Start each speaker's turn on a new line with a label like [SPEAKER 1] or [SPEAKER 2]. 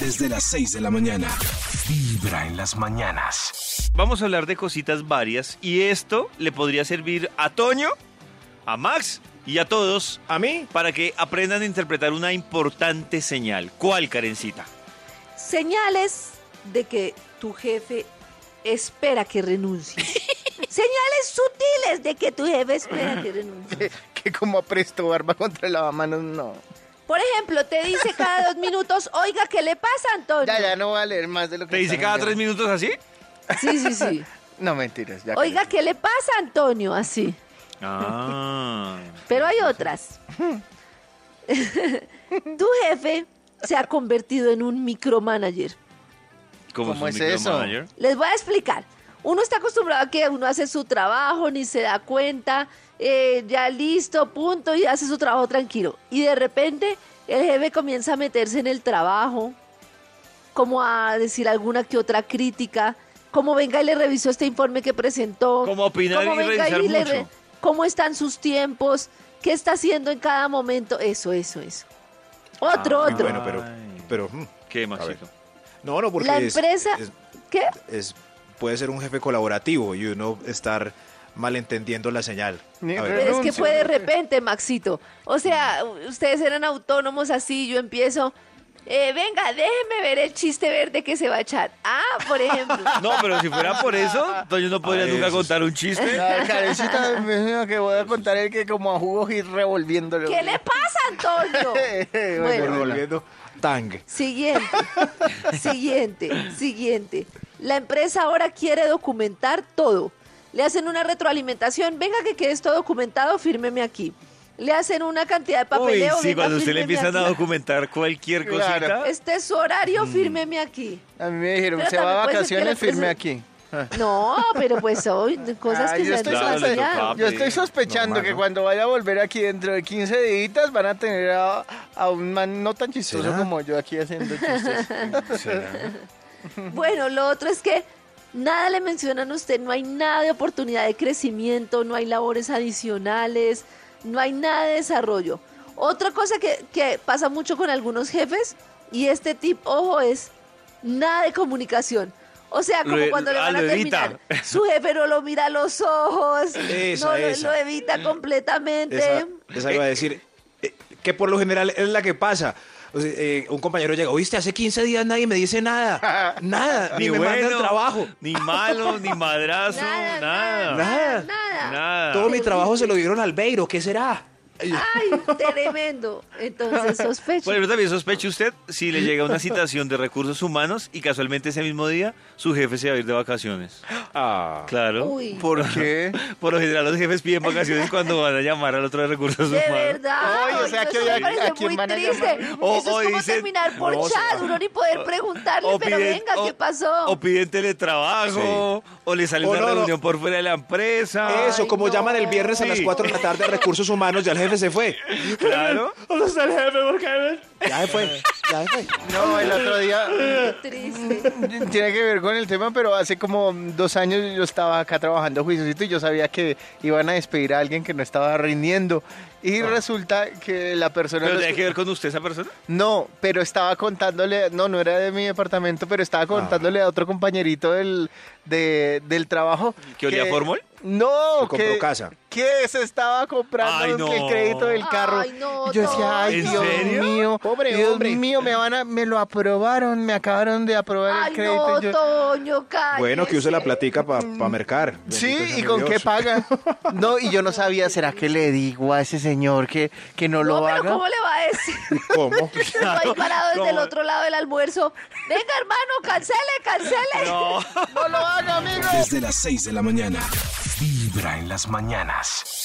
[SPEAKER 1] desde las 6 de la mañana. Vibra en las mañanas.
[SPEAKER 2] Vamos a hablar de cositas varias y esto le podría servir a Toño, a Max y a todos
[SPEAKER 3] ¿A mí?
[SPEAKER 2] para que aprendan a interpretar una importante señal. ¿Cuál, Karencita?
[SPEAKER 4] Señales de que tu jefe espera que renuncies. Señales sutiles de que tu jefe espera que renuncies.
[SPEAKER 3] Que como apresto barba contra el lavamanos, no.
[SPEAKER 4] Por ejemplo, te dice cada dos minutos, oiga, ¿qué le pasa, Antonio?
[SPEAKER 3] Ya, ya no voy a leer más de lo que.
[SPEAKER 2] ¿Te dice
[SPEAKER 3] están
[SPEAKER 2] cada tres
[SPEAKER 3] enviando.
[SPEAKER 2] minutos así?
[SPEAKER 4] Sí, sí, sí.
[SPEAKER 3] No, mentiras. Ya
[SPEAKER 4] Oiga,
[SPEAKER 3] cállate.
[SPEAKER 4] ¿qué le pasa, Antonio? Así.
[SPEAKER 2] Ah.
[SPEAKER 4] Pero hay otras. tu jefe se ha convertido en un micromanager.
[SPEAKER 2] ¿Cómo,
[SPEAKER 3] ¿Cómo
[SPEAKER 2] es, un
[SPEAKER 3] es eso?
[SPEAKER 2] micromanager?
[SPEAKER 4] Les voy a explicar. Uno está acostumbrado a que uno hace su trabajo, ni se da cuenta, eh, ya listo, punto, y hace su trabajo tranquilo. Y de repente el jefe comienza a meterse en el trabajo, como a decir alguna que otra crítica, como venga y le revisó este informe que presentó.
[SPEAKER 2] Como opinar
[SPEAKER 4] como
[SPEAKER 2] y
[SPEAKER 4] venga
[SPEAKER 2] revisar
[SPEAKER 4] le
[SPEAKER 2] mucho.
[SPEAKER 4] ¿Cómo están sus tiempos? ¿Qué está haciendo en cada momento? Eso, eso, eso. Otro,
[SPEAKER 2] Ah,
[SPEAKER 4] otro.
[SPEAKER 2] bueno,
[SPEAKER 5] pero,
[SPEAKER 2] Ay.
[SPEAKER 5] pero mm,
[SPEAKER 2] ¿Qué,
[SPEAKER 5] ver.
[SPEAKER 2] Maxito?
[SPEAKER 5] no, no, porque
[SPEAKER 4] La
[SPEAKER 5] es-
[SPEAKER 4] empresa-
[SPEAKER 5] es-
[SPEAKER 4] ¿Qué?
[SPEAKER 5] es- puede ser un jefe colaborativo y uno estar malentendiendo la señal.
[SPEAKER 3] Ni
[SPEAKER 5] A ver,
[SPEAKER 3] re-
[SPEAKER 4] Pero es que
[SPEAKER 3] renuncio,
[SPEAKER 4] fue de
[SPEAKER 3] jefe.
[SPEAKER 4] repente, Maxito. O sea, u- ustedes eran autónomos así, yo empiezo. eh, venga, déjeme ver el chiste verde que se va a echar. Ah, por ejemplo.
[SPEAKER 2] No, pero si fuera por eso, Toño no podría
[SPEAKER 5] Ay,
[SPEAKER 2] nunca
[SPEAKER 5] eso
[SPEAKER 2] contar un chiste.
[SPEAKER 3] La carecita me imagino que voy a contar el que como a jugos y revolviéndolo.
[SPEAKER 4] ¿Qué le pasa, Antonio?
[SPEAKER 3] Bueno,
[SPEAKER 4] Bueno,
[SPEAKER 5] Revolviendo tang.
[SPEAKER 4] siguiente, siguiente, siguiente. La empresa ahora quiere documentar todo. Le hacen una retroalimentación. Venga, que quede esto documentado, fírmeme aquí. Le hacen una cantidad de
[SPEAKER 2] Uy,
[SPEAKER 4] papeleo.
[SPEAKER 2] sí,
[SPEAKER 4] venga,
[SPEAKER 2] cuando usted le
[SPEAKER 4] fírmeme
[SPEAKER 2] empiezan a
[SPEAKER 4] aquí.
[SPEAKER 2] documentar Mm. cualquier cosita.
[SPEAKER 3] Claro.
[SPEAKER 4] Este es su horario, fírmeme aquí.
[SPEAKER 3] A mí me dijeron,
[SPEAKER 4] Pero
[SPEAKER 3] se va a
[SPEAKER 4] también puede ser que
[SPEAKER 3] vacaciones,
[SPEAKER 4] la empresa-
[SPEAKER 3] firme aquí. Ah.
[SPEAKER 4] No, pero pues hoy cosas
[SPEAKER 3] Ah,
[SPEAKER 4] que
[SPEAKER 3] yo
[SPEAKER 4] se han
[SPEAKER 3] estoy
[SPEAKER 2] Claro, le
[SPEAKER 4] desarrollado.
[SPEAKER 2] tocaba.
[SPEAKER 3] Yo estoy sospechando
[SPEAKER 5] Normal,
[SPEAKER 3] que
[SPEAKER 5] ¿no?
[SPEAKER 3] cuando vaya a volver aquí dentro de 15 días van a tener a, a un man no tan chistoso
[SPEAKER 5] ¿Será?
[SPEAKER 3] como yo aquí haciendo chistes.
[SPEAKER 4] Bueno, lo otro es que nada le mencionan a usted, no hay nada de oportunidad de crecimiento, no hay labores adicionales, no hay nada de desarrollo. Otra cosa que, que pasa mucho con algunos jefes, y este tip, ojo, es nada de comunicación. O sea, como
[SPEAKER 2] Lo-
[SPEAKER 4] cuando le
[SPEAKER 2] ah,
[SPEAKER 4] van a
[SPEAKER 2] lo evita.
[SPEAKER 4] terminar, su jefe no lo mira a los ojos,
[SPEAKER 5] Esa,
[SPEAKER 4] no lo-
[SPEAKER 5] esa.
[SPEAKER 4] lo evita completamente.
[SPEAKER 5] Esa, esa iba a decir, eh, que por lo general es la que pasa. O sea, eh, un compañero llega, oíste, hace 15 días nadie me dice nada, nada, ni, me manda el trabajo.
[SPEAKER 2] Ni malo, ni madrazo, nada.
[SPEAKER 4] Nada, nada,
[SPEAKER 5] Nada.
[SPEAKER 4] nada.
[SPEAKER 2] Nada.
[SPEAKER 5] Todo mi
[SPEAKER 4] Terrible.
[SPEAKER 5] trabajo se lo dieron al Beiro, ¿qué será?
[SPEAKER 4] Ay, tremendo. Entonces sospecho.
[SPEAKER 2] Bueno, pero también sospeche usted si le llega una citación de recursos humanos y casualmente ese mismo día su jefe se va a ir de vacaciones. Claro.
[SPEAKER 4] Uy.
[SPEAKER 2] ¿Por
[SPEAKER 3] qué?
[SPEAKER 2] Por lo general los jefes piden vacaciones cuando van a llamar al otro de recursos
[SPEAKER 5] pues,
[SPEAKER 4] de
[SPEAKER 2] humanos.
[SPEAKER 4] verdad.
[SPEAKER 3] Ay, o sea,
[SPEAKER 4] eso
[SPEAKER 3] que
[SPEAKER 4] sí
[SPEAKER 3] hoy a-
[SPEAKER 4] me parece
[SPEAKER 3] a quién
[SPEAKER 4] muy
[SPEAKER 3] van a
[SPEAKER 4] triste.
[SPEAKER 3] llamar.
[SPEAKER 2] O-
[SPEAKER 4] eso es
[SPEAKER 3] Oh,
[SPEAKER 2] o
[SPEAKER 4] como
[SPEAKER 2] dicen-
[SPEAKER 4] terminar por
[SPEAKER 5] No,
[SPEAKER 4] chat,
[SPEAKER 5] sí.
[SPEAKER 4] uno ni poder preguntarle,
[SPEAKER 2] O
[SPEAKER 4] pero
[SPEAKER 2] piden-
[SPEAKER 4] venga,
[SPEAKER 2] o-
[SPEAKER 3] oh,
[SPEAKER 4] ¿qué pasó?
[SPEAKER 2] O piden teletrabajo, o le sale
[SPEAKER 5] O
[SPEAKER 2] una
[SPEAKER 5] no, no.
[SPEAKER 2] reunión por fuera de la empresa.
[SPEAKER 5] Eso,
[SPEAKER 4] Ay,
[SPEAKER 5] como
[SPEAKER 4] no.
[SPEAKER 5] llaman el viernes a las
[SPEAKER 2] Sí.
[SPEAKER 5] 4 de la tarde a recursos humanos, ya el jefe se fue.
[SPEAKER 2] Claro.
[SPEAKER 5] ¿Dónde está el jefe? ¿Por qué? Ya se fue, ya se fue.
[SPEAKER 3] No, el otro día
[SPEAKER 4] Qué triste.
[SPEAKER 3] tiene que ver con el tema, pero hace como dos años yo estaba acá trabajando juiciosito y yo sabía que iban a despedir a alguien que no estaba rindiendo. Y resulta que la persona...
[SPEAKER 2] Ah. ¿Pero
[SPEAKER 3] los-
[SPEAKER 2] tiene que ver con usted esa persona?
[SPEAKER 3] No, pero estaba contándole, no, no era de mi departamento, pero
[SPEAKER 2] Ah.
[SPEAKER 3] estaba contándole a otro compañerito del, de- del trabajo.
[SPEAKER 2] ¿Que olía formol?
[SPEAKER 3] No,
[SPEAKER 5] Que compró casa.
[SPEAKER 3] Que se estaba comprando
[SPEAKER 2] Ay, no.
[SPEAKER 3] el crédito del carro.
[SPEAKER 4] Ay, no,
[SPEAKER 3] Y yo decía, ay,
[SPEAKER 2] ¿En
[SPEAKER 3] Dios
[SPEAKER 2] serio?
[SPEAKER 3] mío,
[SPEAKER 5] Pobre
[SPEAKER 3] Dios
[SPEAKER 5] hombre.
[SPEAKER 3] mío, me van a, me lo aprobaron, me acabaron de aprobar
[SPEAKER 4] Ay,
[SPEAKER 3] el crédito.
[SPEAKER 4] no,
[SPEAKER 3] Y yo,
[SPEAKER 4] Toño, cállese.
[SPEAKER 5] Bueno, que use la platica para mercar. Bendito
[SPEAKER 3] Sí,
[SPEAKER 5] sea
[SPEAKER 3] ¿y con
[SPEAKER 5] Dios.
[SPEAKER 3] qué paga? No, y yo no sabía, ¿será que le digo a ese señor que, que no,
[SPEAKER 4] No,
[SPEAKER 3] lo
[SPEAKER 4] pero
[SPEAKER 3] haga?
[SPEAKER 4] ¿cómo le va a decir?
[SPEAKER 5] ¿Cómo?
[SPEAKER 4] Estoy ahí parado desde el
[SPEAKER 2] ¿Cómo?
[SPEAKER 4] otro lado del almuerzo. Venga, hermano, cancele, cancele.
[SPEAKER 2] No.
[SPEAKER 3] ¡No lo haga, amigo!
[SPEAKER 1] Desde las 6 de la mañana. Vibra en las mañanas.